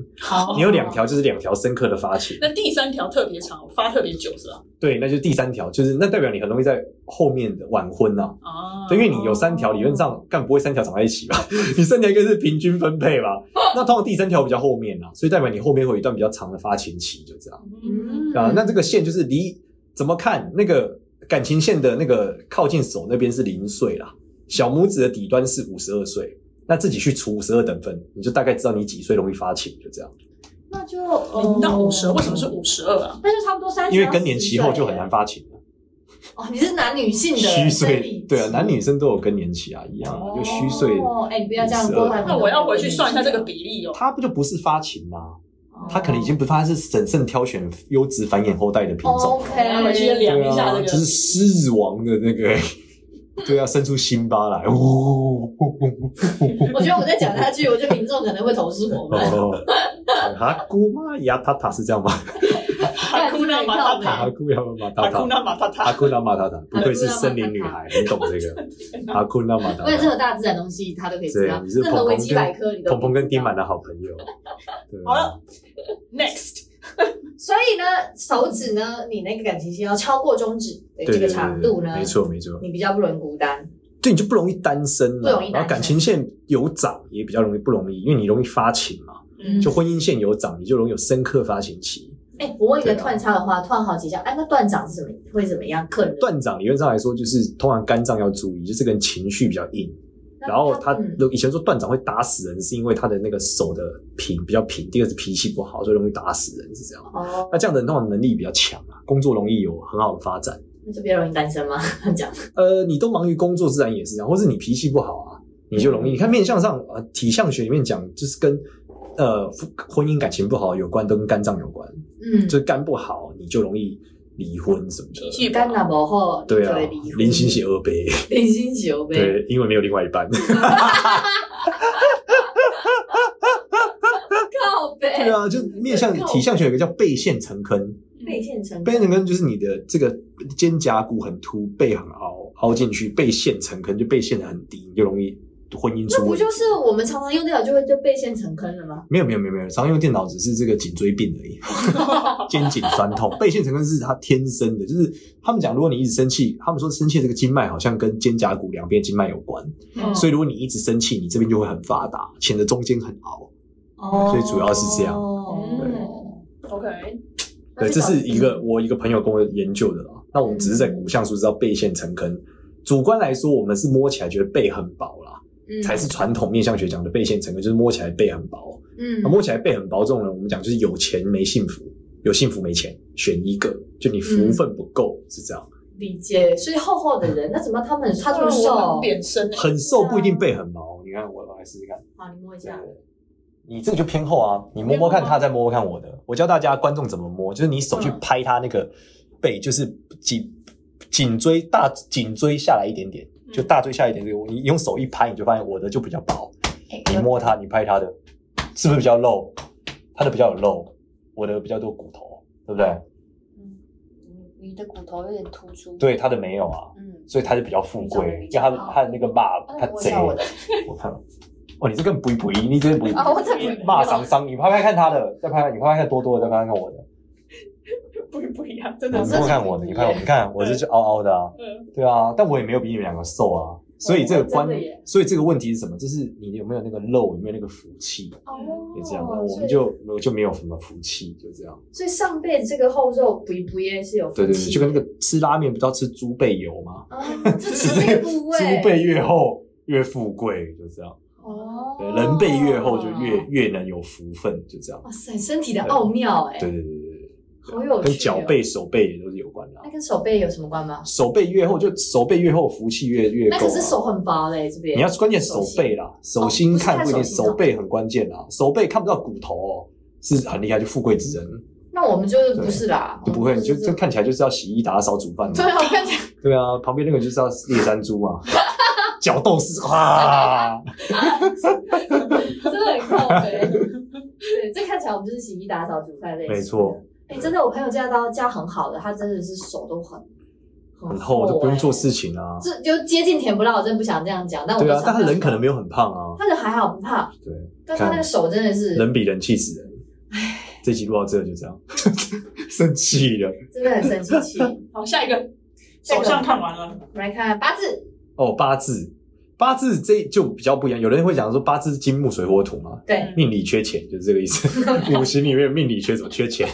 好哦你有两条就是两条深刻的发情。那第三条特别长，发特别久是吧？对，那就是第三条，就是那代表你很容易在后面的晚婚哦啊，啊，对，因为你有三条，理论上干不会三条长在一起吧？ 你三条应该是平均分配吧？那通常第三条比较后面啊，所以代表你后面会有一段比较长的发情期，就这样。嗯，啊，那这个线就是离怎么看那个感情线的那个靠近手那边是零岁啦，小拇指的底端是五十二岁，那自己去除五十二等分，你就大概知道你几岁容易发情，就这样。那就零到五十，哦为什么是五十二啊？那就差不多三十，因为更年期后就很难发情了，哦。你是男女性的虚生岁理对啊，男女生都有更年期啊，一样啊，就虚岁，哦，哎，你不要这样过来。 52那我要回去算一下这个比例哦。它不就不是发情吗？哦，哦它可能已经不是，它是审慎挑选优质繁衍后代的品种。我要回去 OK，量一下这对啊个，就是狮子王的那个，对啊，伸出辛巴来，呜、我觉得我再讲下去，我觉得民众可能会投诉我们。哦，哈姑妈呀，塔塔是这样吗？哈库啊纳马塔哈塔，姑呀，马塔哈库塔，纳马塔哈塔，姑那马塔塔，不愧是森林女孩，很懂这个。哈姑那 马塔为了任塔，何大自然东西，他都可以知道对你是，任何维基百科你都可以知道鹏鹏跟丁满的好朋友。对啊好了，next，所以呢，手指呢，你那个感情线要超过中指的对这个对对长度对，呢，没，错没错，你比较不容易孤单。对你就不容易单身不了容易，单身然后感情线有长也比较容易不容易，因为你容易发情嘛。嗯就婚姻线有长，你就容易有深刻发情期。哎，我问一个对啊断差的话，断好几下，哎，那断掌是怎么会怎么样？客人的断掌理论上来说，就是通常肝脏要注意，就这个人情绪比较硬。那然后他嗯以前说断掌会打死人，是因为他的那个手的平比较平，第二是脾气不好，所以容易打死人是这样。哦，那这样的人通常能力比较强啊，工作容易有很好的发展。那就比较容易单身吗？ 讲呃，你都忙于工作，自然也是这样，或是你脾气不好啊，你就容易。你看面相上，呃，体相学里面讲，就是跟呃夫婚姻感情不好有关，都跟肝脏有关，嗯，就是肝不好，你就容易离婚什么脾的。气不干好那不好，对你啊就会离，婚零星，血二杯，零星酒呗。对，因为没有另外一半。靠呗， 对啊，就面相体相学有一个叫背线成坑。嗯内线成背成根就是你的这个肩胛骨很凸，背很凹，凹进去，背线成坑，就背线的很低，你就容易婚姻那出不问题就。是我们常常用掉就会就被陷成坑了吗？没有没有没有没有，常用电脑只是这个颈椎病而已，肩颈酸痛。背线成根是他天生的，就是他们讲，如果你一直生气，他们说生气的这个经脉好像跟肩胛骨两边经脉有关，嗯所以如果你一直生气，你这边就会很发达，显得中间很凹。哦所以主要是这样哦， ，OK，对，那这这是种一个我一个朋友跟我研究的啦。那我们只是在骨相术知道背线成坑，主观来说，我们是摸起来觉得背很薄啦，嗯才是传统面相学讲的背线成坑，就是摸起来背很薄。嗯啊那摸起来背很薄这种人，我们讲就是有钱没幸福，有幸福没钱，选一个，就你福分不够、是这样。理解。所以厚厚的人，那怎么他们他这么啊我瘦很？扁身欸，很瘦不一定背很薄，你看我我来试试看。好，你摸一下。你这个就啊偏厚啊，嗯你摸摸看他，再摸摸看我的。我教大家观众怎么摸，就是你手去拍他那个背，就是颈颈椎大颈椎下来一点点，就大椎下一点这个，你用手一拍，你就发现我的就比较薄，哎你摸它，你拍它的，是不是比较肉？它的比较有肉，我的比较多骨头，对不对？你的骨头有点突出。，对，它的没有啊，嗯，所以它就比较富贵，因为它的它的那个骂它那我贼，叫我的我看，哦，你这更不不一，你这不一啊，我这 不骂桑桑，你拍拍看他的，再拍拍，你拍拍看多多的，再拍拍看我的，不不一样，真你的是不看我的，你看我，你看我这是凹凹的啊，嗯对啊，但我也没有比你们两个瘦啊，所以这个关真的耶，所以这个问题是什么？就是你有没有那个肉，有没有那个福气？哦也这样，啊我们就我就没有什么福气，就这样。所以上辈子这个后肉补一补也是有对福对对，气就跟那个吃拉面不都要吃猪背油吗？啊，这是这个 部位，猪背越厚越富贵，就这样。哦对，人背越厚就越越能有福分，就这样。哇塞，身体的奥妙哎、对对对对对好有趣、哦，对，跟脚，背、手背也都是有关的啊那。跟手背有什么关吗？手背越厚，就手背越厚，福气越越那够啊。可是手很薄嘞，这边你要关键手背啦，手心看不一定，哦不是看手心手背很关键啦，手背看不到骨头哦，是很厉害，就富贵之人，那我们就是对不哦是啦，就不会，我你们就是就看起来就是要洗衣打扫煮饭嘛对， 啊，我看起来对啊，旁边那个就是要猎山猪嘛，角斗士 啊，真的很靠背。对，这看起来我们就是洗衣打扫煮饭类型的没错。哎、真的，我朋友家刀家很好的，他真的是手都很很很厚就不用哎做事情啊，这就接近舔不到，我真的不想这样讲。但我对啊就，想但他人可能这样没有很胖啊 说，，他人还好不怕，对，但他那个手真的是人比人气死人，这集录到这就这样，生气了真的很生气气。我好，下一个下一手个相看完了，们来看八字，哦，八字。八字这就比较不一样，有人会讲说八字是金木水火土嘛，对，命里缺钱，就是这个意思。五行里面命里缺什么？缺钱。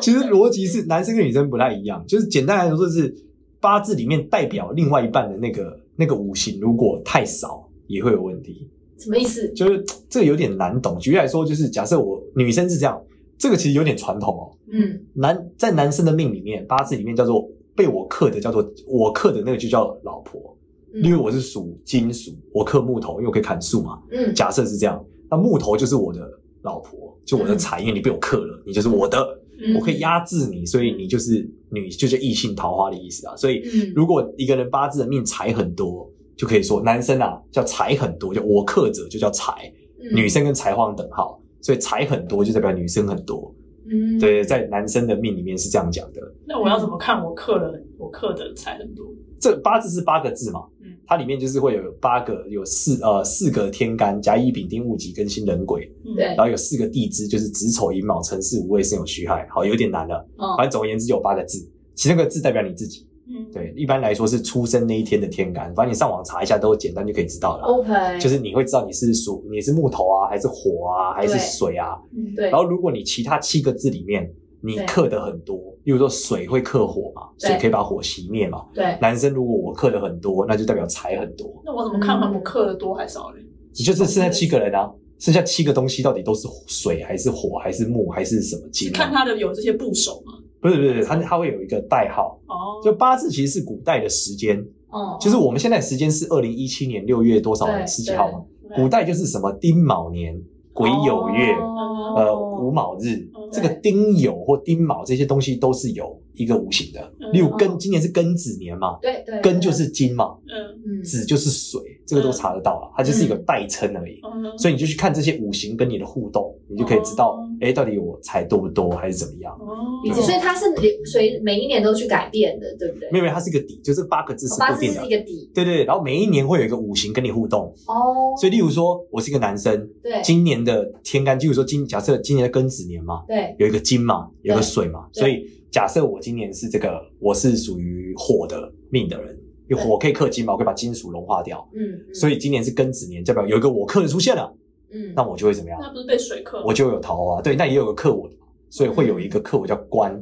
其实逻辑是男生跟女生不太一样，就是简单来说，就是八字里面代表另外一半的那个那个五行，如果太少也会有问题。什么意思？就是这个有点难懂。举例来说，就是假设我女生是这样，这个其实有点传统哦。嗯，男在男生的命里面，八字里面叫做被我克的，叫做我克的那个就叫老婆，嗯因为我是属金属，我克木头，因为我可以砍树嘛。嗯，假设是这样，那木头就是我的老婆，就我的财，因为你被我克了，你就是我的，嗯我可以压制你，所以你就是你就是异性桃花的意思啊。所以嗯，如果一个人八字的命财很多，就可以说男生啊叫财很多，叫我克者就叫财，嗯女生跟财画等号，所以财很多就代表女生很多。嗯，对，在男生的命里面是这样讲的。那我要怎么看我刻了我刻的才很多？这八字是八个字嘛嗯，它里面就是会有八个，有四呃四个天干甲乙丙丁戊己庚辛壬癸，对然后有四个地支，就是子丑寅卯辰巳午未申酉戌亥。好，有点难了。嗯反正总而言之，就有八个字，其中一个字代表你自己。嗯，对，一般来说是出生那一天的天干，反正你上网查一下都简单就可以知道了。 ，OK， 就是你会知道你是属你是木头啊，还是火啊，还是对水啊。嗯对然后如果你其他七个字里面你对克的很多，例如说水会克火嘛，对水可以把火熄灭嘛。对，男生如果我克的很多，那就代表财很多。那我怎么看看我刻的多还少嘞？你就是剩哦下七个人啊，剩下七个东西到底都是水还是火还是木还是什么是金、看啊？他的有这些部首吗？不是不是，不是它它会有一个代号。哦，就八字其实是古代的时间，哦，就是我们现在时间是二零一七年六月多少对十几号嘛？古代就是什么丁卯年、癸酉月、哦呃午卯日嗯，这个丁酉或丁卯这些东西都是有一个五行的。嗯例如庚，今年是庚子年嘛，对哦对，庚就是金嘛，嗯嗯，子就是水，这个都查得到了，它就是一个代称而已。嗯，所以你就去看这些五行跟你的互动，你就可以知道哦，哎，到底我财多不多还是怎么样。哦以及所以它是流随每一年都去改变的，对不对？没有没有，它是一个底，就是八个字是哦八固字定是的一。个底对对，对然后每一年会有一个五行跟你互动，哦，所以例如说，我是一个男生，对今年的天干，例如说今假设今年的庚子年嘛，对有一个金嘛，有一个水嘛，对所以假设我今年是这个，我是属于火的命的人，因为火可以克金嘛，我可以把金属融化掉，嗯，所以以今年是庚子年，代表有一个我克的出现了，嗯那我就会怎么样？那不是被水克吗？我就有桃花，对，那也有个克我的嘛，所以会有一个克我叫官，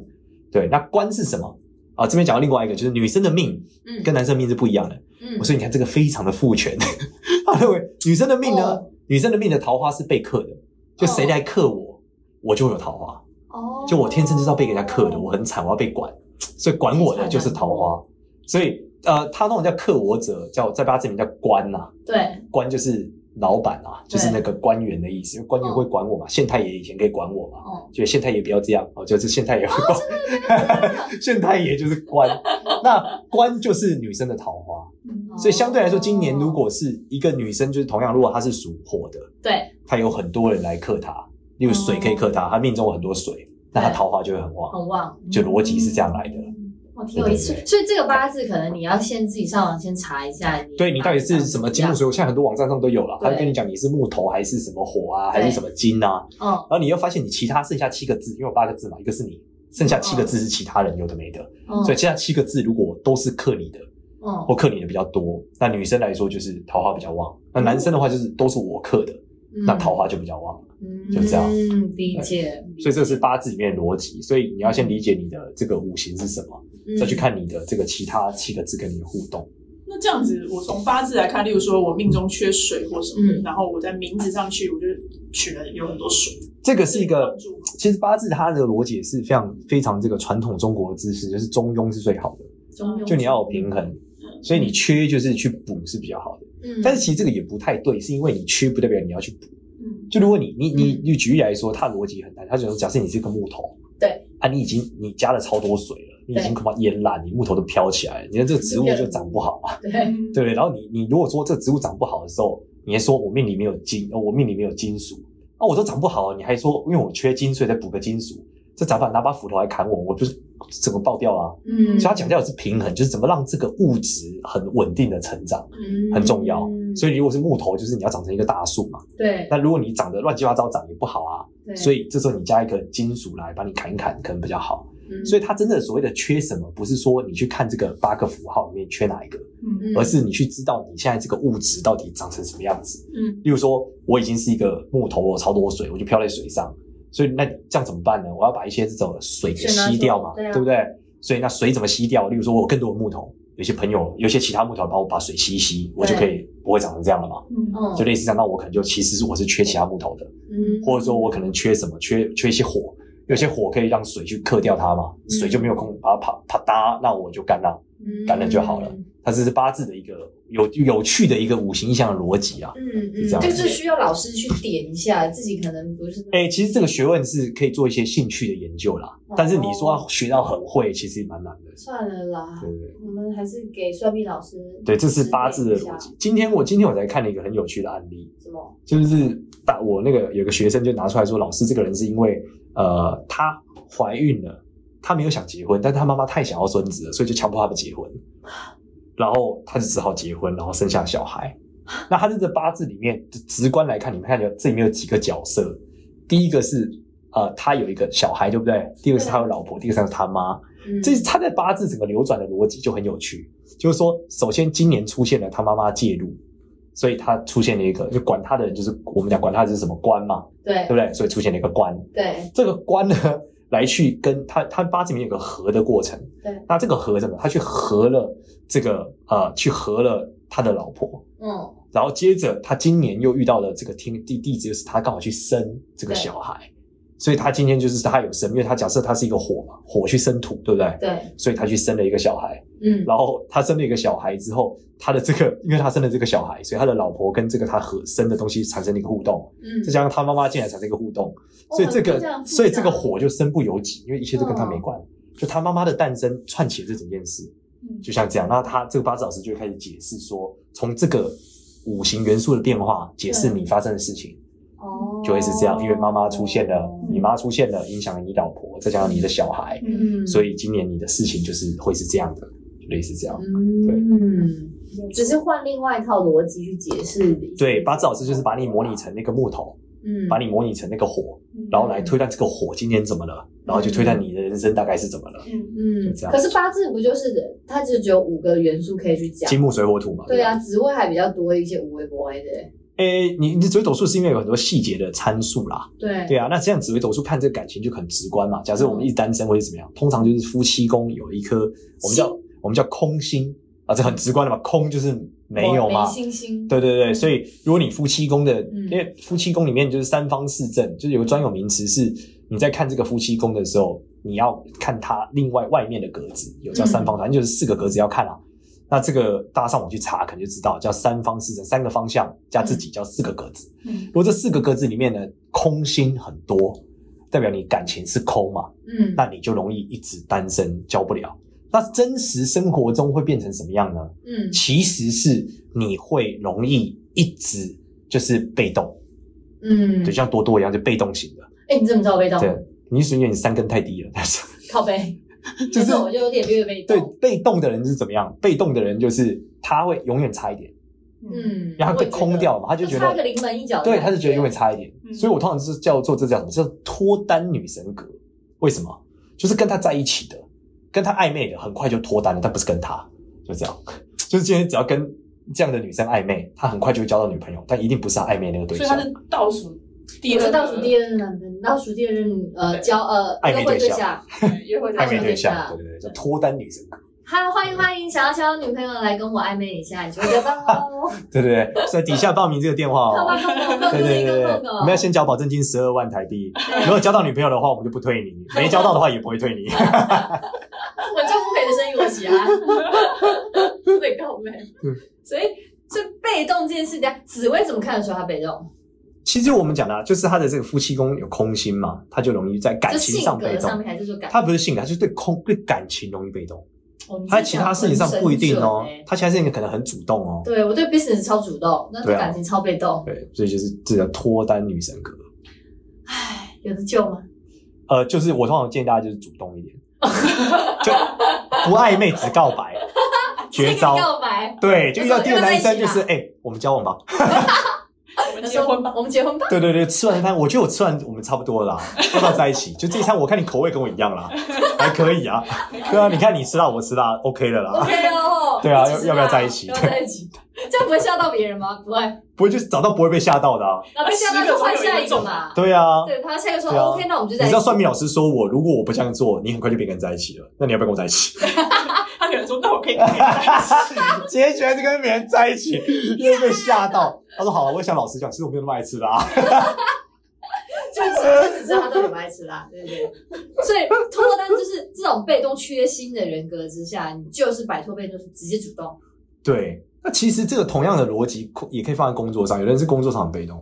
对，那官是什么？啊，这边讲到另外一个，就是女生的命嗯跟男生的命是不一样的，嗯所以你看这个非常的父权， 他认为女生的命呢，哦女生的命的桃花是被克的，就谁哦来克我，我就有桃花。哦，就我天生就是要被人家克的，我很惨，我要被管，所以管我的就是桃花。所以呃，他那种叫克我者，叫在八字里面叫官呐、对官就是老板啊，对就是那个官员的意思，因为官员会管我嘛，县太爷以前可以管我嘛，哦觉得县太爷不要这样，哦，就是县太爷会管， 县太爷就是官，那官就是女生的桃花，嗯所以相对来说，今年如果是一个女生，就是同样，如果她是属火的，对，她有很多人来克她，例如水可以克她，她命中有很多水，那她桃花就会很哦旺，很旺，就逻辑是这样来的。嗯我挺有意思对对。所以这个八字可能你要先自己上网先查一下你，对你到底是什么金木水火，现在很多网站上都有了，对他跟你讲你是木头还是什么火啊，对还是什么金啊，嗯哦然后你又发现你其他剩下七个字，因为有八个字嘛，一个是你，剩下七个字是其他人有的没的，哦嗯，所以剩下七个字如果都是克你的嗯或克你的比较多，那女生来说就是桃花比较旺，那男生的话就是都是我克的，嗯那桃花就比较旺，嗯就这样哎嗯，理解。所以这是八字里面的逻辑，所以你要先理解你的这个五行是什么，嗯再去看你的这个其他七个字跟你的互动。那这样子，我从八字来看，例如说我命中缺水或什么，嗯然后我在名字上去，我就取了有很多水，这个是一个嗯帮助吗其实八字它的逻辑也是非常非常这个传统中国的知识，就是中庸是最好的，中庸就你要有平衡，所以你缺就是去补是比较好的。嗯但是其实这个也不太对，是因为你缺不代表你要去补。嗯，就如果你你你你举例来说，它逻辑很难，它只能假设你是个木头，对啊，你已经你加了超多水了，你已经恐怕淹烂，你木头都飘起来了，你的这个植物就长不好啊，对，嗯对不对？然后你你如果说这个植物长不好的时候，你还说我命里没有金，呃我命里没有金属，啊，我都长不好了，你还说因为我缺金，所以再补个金属，这长法拿把斧头来砍我，我就是整个爆掉啊。嗯所以它强调的是平衡，就是怎么让这个物质很稳定的成长，嗯很重要。所以以如果是木头，就是你要长成一个大树嘛。对那如果你长得乱七八糟，长也不好啊。对，所以以这时候你加一个金属来把你砍一砍，可能比较好。嗯嗯所以它真的所谓的缺什么，不是说你去看这个八个符号里面缺哪一个，嗯而是你去知道你现在这个物质到底长成什么样子。嗯，例如说，我已经是一个木头，我有超多水，我就漂在水上，所以那这样怎么办呢？我要把一些这种水给吸掉嘛，水拿走对啊不对？所以那水怎么吸掉？例如说，我有更多的木头，有些朋友，有些其他木头帮我把水吸一吸，我就可以不会长成这样了嘛。嗯哦就类似这样，那我可能就其实是我是缺其他木头的，嗯或者说我可能缺什么，缺缺一些火，有些火可以让水去克掉它嘛，嗯水就没有空把它啪啪嗒，那我就干了。嗯感染就好了它这是八字的一个有有趣的一个五行象的逻辑啊。嗯嗯，是这样这个是需要老师去点一下，自己可能不是那么。哎、其实这个学问是可以做一些兴趣的研究啦，但是你说要学到很会，其实也蛮难的。算了啦，对不对？我们还是给算命老师对，这是啊八字的指点逻一下辑。今天我今天我才看了一个很有趣的案例，什么？就是大我那个有个学生就拿出来说，老师这个人是因为呃她怀孕了，她没有想结婚，但是她妈妈太想要孙子了，所以就强迫他们结婚，然后她就只好结婚，然后生下小孩。那她在这八字里面，直观来看，你们看有这里面有几个角色，第一个是呃她有一个小孩，对不对？第二个是她有老婆，第三个是她妈。嗯这他在八字整个流转的逻辑就很有趣，就是说，首先今年出现了他妈妈介入，所以他出现了一个就管他的人就是我们讲管他的是什么官嘛，对对不对？所以出现了一个官，对这个官呢来去跟他他八字里面有个合的过程，对，那这个合什么？他去合了这个呃，去合了他的老婆，嗯然后接着他今年又遇到了这个天地地支，就是他刚好去生这个对小孩，所以他今天就是他有生，因为他假设他是一个火嘛，火去生土，对不对？对，所以他去生了一个小孩，嗯然后他生了一个小孩之后，他的这个，因为他生了这个小孩，所以他的老婆跟这个他合生的东西产生了一个互动，嗯再加上他妈妈进来产生一个互动，哦所以这个，这样复杂所以这个火就身不由己，因为一切都跟他没关，就他妈妈的诞生串起了这整件事，就像这样，那他这个八字老师就会开始解释说，从这个五行元素的变化解释你发生的事情，哦就会是这样，因为妈妈出现了，你妈出现了，影响了你老婆，再加上你的小孩，嗯所以今年你的事情就是会是这样的，类似这样。嗯，只是换另外一套逻辑去解释。对，八字老师就是把你模拟成那个木头，嗯把你模拟成那个火，然后来推断这个火今年怎么了，然后就推断你的人生大概是怎么了。嗯就这，样可是八字不就是它就只有五个元素可以去讲？金木水火土嘛。对啊，紫薇还比较多一些五位博 A 的。诶，哎你你紫微斗数是因为有很多细节的参数啦。对对啊，那这样紫微斗数看这个感情就很直观嘛。假设我们一直单身或者怎嗯么样，通常就是夫妻宫有一颗我们叫我们叫空心啊，这很直观的嘛，空就是没有嘛没。星星。对对对，所以如果你夫妻宫的，嗯因为夫妻宫里面就是三方四正，就是有个专有名词是你在看这个夫妻宫的时候，你要看它另外外面的格子，有叫嗯三方，反正就是四个格子要看啊。那这个大家上网去查，可能就知道叫三方四正，三个方向加自己叫四个格子。嗯如果这四个格子里面呢，空心很多，代表你感情是空嘛，嗯，那你就容易一直单身交不了。那真实生活中会变成什么样呢？嗯，其实是你会容易一直就是被动，嗯就，像多多一样，就被动型的。哎、你怎么知道我被动？对，你是因为你三根太低了，但是靠背，就没是错我就有点略被对动。被动的人是怎么样？被动的人就是他会永远差一点，嗯，然后我被也觉空得，掉嘛，他就就觉差个得，临门一脚的感，对，他就觉得永远差一点。嗯所以我通常是叫做这叫什么？叫脱单女神格。为什么？就是跟他在一起的，跟他暧昧的，很快就脱单了，但不是跟他，就这样。 就是今天只要跟这样的女生暧昧，他很快就会交到女朋友，但一定不是他暧昧那个对所以他象。是倒数第我二是个，倒数第二任男朋友，倒数第二任呃嗯对交呃暧约昧会对对象象。对约会暧昧对对象，对对对，叫脱单女神格，哈，欢迎欢迎，想要交女朋友来跟我暧昧一下，你觉得吧？ 哦，对对 对，所以底下报名这个电话看吧，哦。看吧，对对对对对，看哦我们要先缴保证金十二万台币，如果交到女朋友的话，我们就不退你；没交到的话，也不 会退你。我就不赔的生意我喜欢，对，告白对。所以这被动这件事，等下紫薇怎么看得出他被动？其实我们讲的啊，就是他的这个夫妻宫有空心嘛，他就容易在感就情性被格上动。面还是说感？他不是性格，他就是对空对感情容易被动。哦你他在这其讲他事情上很不一定哦神准欸，他其他事情可能很主动哦。对我对 business 超主动，那对对啊感情超被动，对，所以就是这叫脱单女神格。有的救吗？呃，就是我通常建议大家就是主动一点，就不暧昧只告白，绝这个招。告白，对，就遇到第二个男生就是要哎、我们交往吧。我们那结时候婚吧。我们结婚 吧，对对对，吃完饭，我觉得我吃完我们差不多了啦，要不要在一起？就这一餐，我看你口味跟我一样啦，还可以啊。对啊，你看你吃辣，我吃辣，OK 了啦。 OK 哦。对啊一起吃要要不要在一起要不要在一起，这样不会吓到别人吗？不会，不会就是找到不会被吓到的啊。然后被吓到就换下一个嘛。对啊，对，他下一个说哦对啊 OK，那我们就你在一知起道。算命老师说我，如果我不这样做，你很快就别跟人在一起了。那你要不要跟我在一 起？他可能说：“那我 可以跟你在一起结局还是跟别人在一起，因为被吓到。他说好了，我也向老师讲，其实我没有那么爱吃辣。就只是他到底不爱吃 辣，对不对？所以脱单就是这种被动缺心的人格之下，你就是摆脱被动，直接主动。对，那其实这个同样的逻辑也可以放在工作上，有的人是工作上很被动，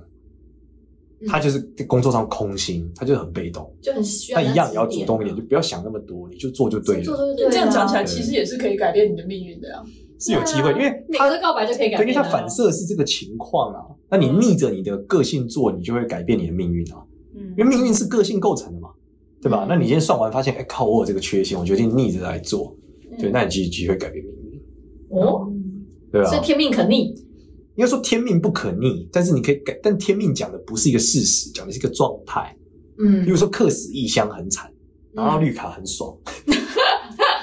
嗯他就是工作上空心，他就是很被动。就很需要那人一家样指也要主动一点，就不要想那么多，你就做就对啊做了，啊做对了。这样讲起来，对其实也是可以改变你的命运的啊。是有机会，因为每他个告白就可以改对，因为变它啊。反射是这个情况啊。那你逆着你的个性做，你就会改变你的命运啊，嗯因为命运是个性构成的嘛，对吧？嗯那你今天算完发现，哎、靠，我有这个缺陷，我决定逆着来做，嗯对，那你其实机会改变命运，哦，对所以啊。天命可逆。应该说天命不可逆，但是你可以改，但天命讲的不是一个事实，讲的是一个状态。比嗯如说客死异乡很惨，拿到绿卡很爽，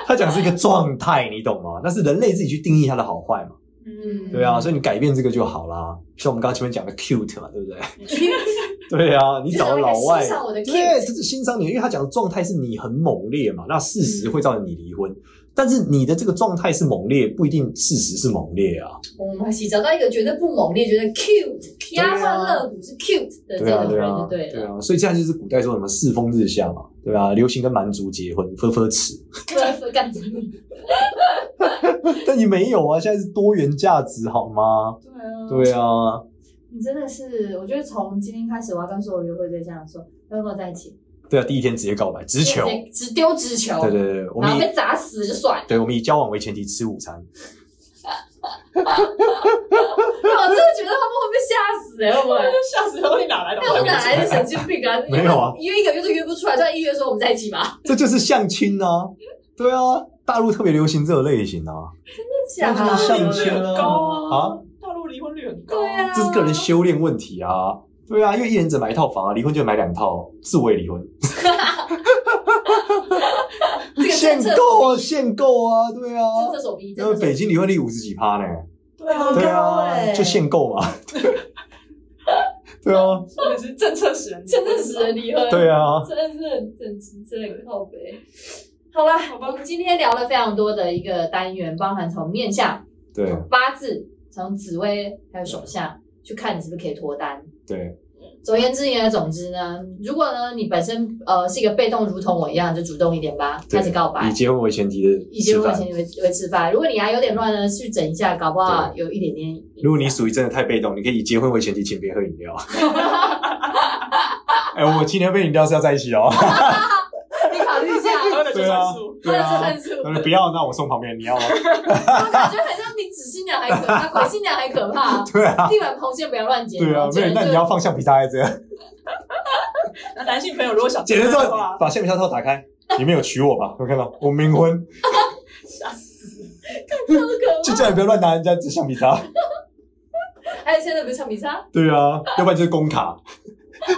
他讲的是一个状态，你懂吗？那是人类自己去定义它的好坏嘛，嗯， 对啊，所以你改变这个就好啦。像我们刚刚前面讲的 cute 嘛，对不对？你 对啊，你找老外欣，赏我的 Q，对，这是欣赏你，因为他讲的状态是你很猛烈嘛，那事实嗯会造成你离婚，但是你的这个状态是猛烈，不一定事实是猛烈啊。我们一起找到一个绝对不猛烈，觉得 cute，啊压翻肋骨是 cute 的这对啊，种对人啊就，对了。啊，所以这样就是古代说什么世风日下嘛，对啊，流行跟蛮族结婚，呵呵吃，对，啊干什么？但你没有啊，现在是多元价值好吗？对啊，对啊，你真的是，我觉得从今天开始，我要跟所有约会对象说，要跟我在一起。对啊，第一天直接告白，直球，直接只丢直球，对对对，对我然们后以被砸死就算了。 对我们以交往为前提吃午餐，我真的觉得他们会被吓死哎、欸，会不 会？吓死我！你哪来的？那我们哪来的神经病啊？没有啊约一个月都约不出来，突然一约说我们在一起 吧，这就是相亲啊，对啊，大陆特别流行这种类型啊。吓那就是离相婚亲率很高 啊啊！大陆离婚率很高，对啊，这是个人修炼问题啊。对啊，因为一人只买一套房啊，离婚就买两套，是我也离婚，这个限政策购啊，限购啊，对啊，政策手臂，因为北京离婚率五十几趴呢，对啊，对啊，欸就限购嘛， 对啊，真的是政策使人，真的使人离婚，对啊，真的是很震惊，真的很靠北。好啦，好吧我们今天聊了非常多的一个单元，包含从面相、对八字、从紫薇还有手相，去看你是不是可以脱单。对总而言之，言而总之呢，如果呢你本身呃是一个被动，如同我一样，就主动一点吧，对开始告以白，结婚为前提的以结吃婚饭前。为为吃饭。如果你还有点乱呢，去整一下，搞不好有一点点影响。如果你属于真的太被动，你可以以结婚为前提，请别喝饮 料。哎、我今天被饮料是要在一起哦。你考虑一下， 喝的就对啊算数。他对的啊震撼处，他说不要，那我送旁边，你要吗？我感觉很像比纸新娘还可 怕，鬼新娘还可怕。对啊，地板螃蟹不要乱捡，哦对啊，捡没有，了那就你要放橡皮擦在这样。那男性朋友如果想剪了之这后的话，，把橡皮擦套打开，里面有娶我吧？有看到我冥婚，吓死！这么可就叫你不要乱拿人家这橡皮擦。怕。还有现在不是橡皮哦擦，对啊，要不然就是公卡，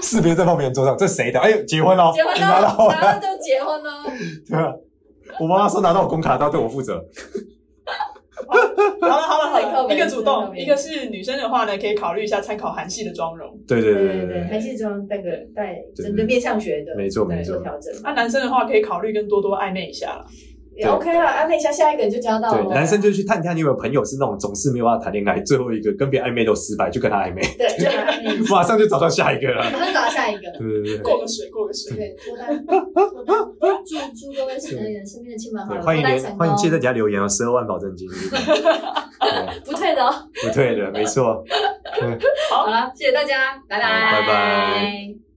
识别在放别人桌上，这谁的？哎呦，结婚了，结婚你了，拿到了，拿了就结婚了。对啊。我妈妈说拿到我公卡，她要对我负责。好了好了好靠了，北一个主靠动，北一个是女生的话呢，可以考虑一下参考韩系的妆容。对对对对对对，对还对，是装那个带对整个面向学的，没错对没错做调整那、男生的话，可以考虑跟多多暧昧一下啦。也 OK 了。安排一下下一个你就交到对了，，男生就去探探你有没有朋友是那种总是没有办法谈恋爱，最后一个跟别人暧昧都失败，就跟他暧昧， 对，就嗯安排。马上就找到下一个了。马上找到下一个。对对对对，过个水，过个水。对，脱单，脱单，祝祝各位呃身边的亲朋好对友欢迎脱单连成欢迎记得在功，底下留言哦，十二万保证金，对不退的哦。不对的，没错。好了，谢谢大家，拜拜，拜拜。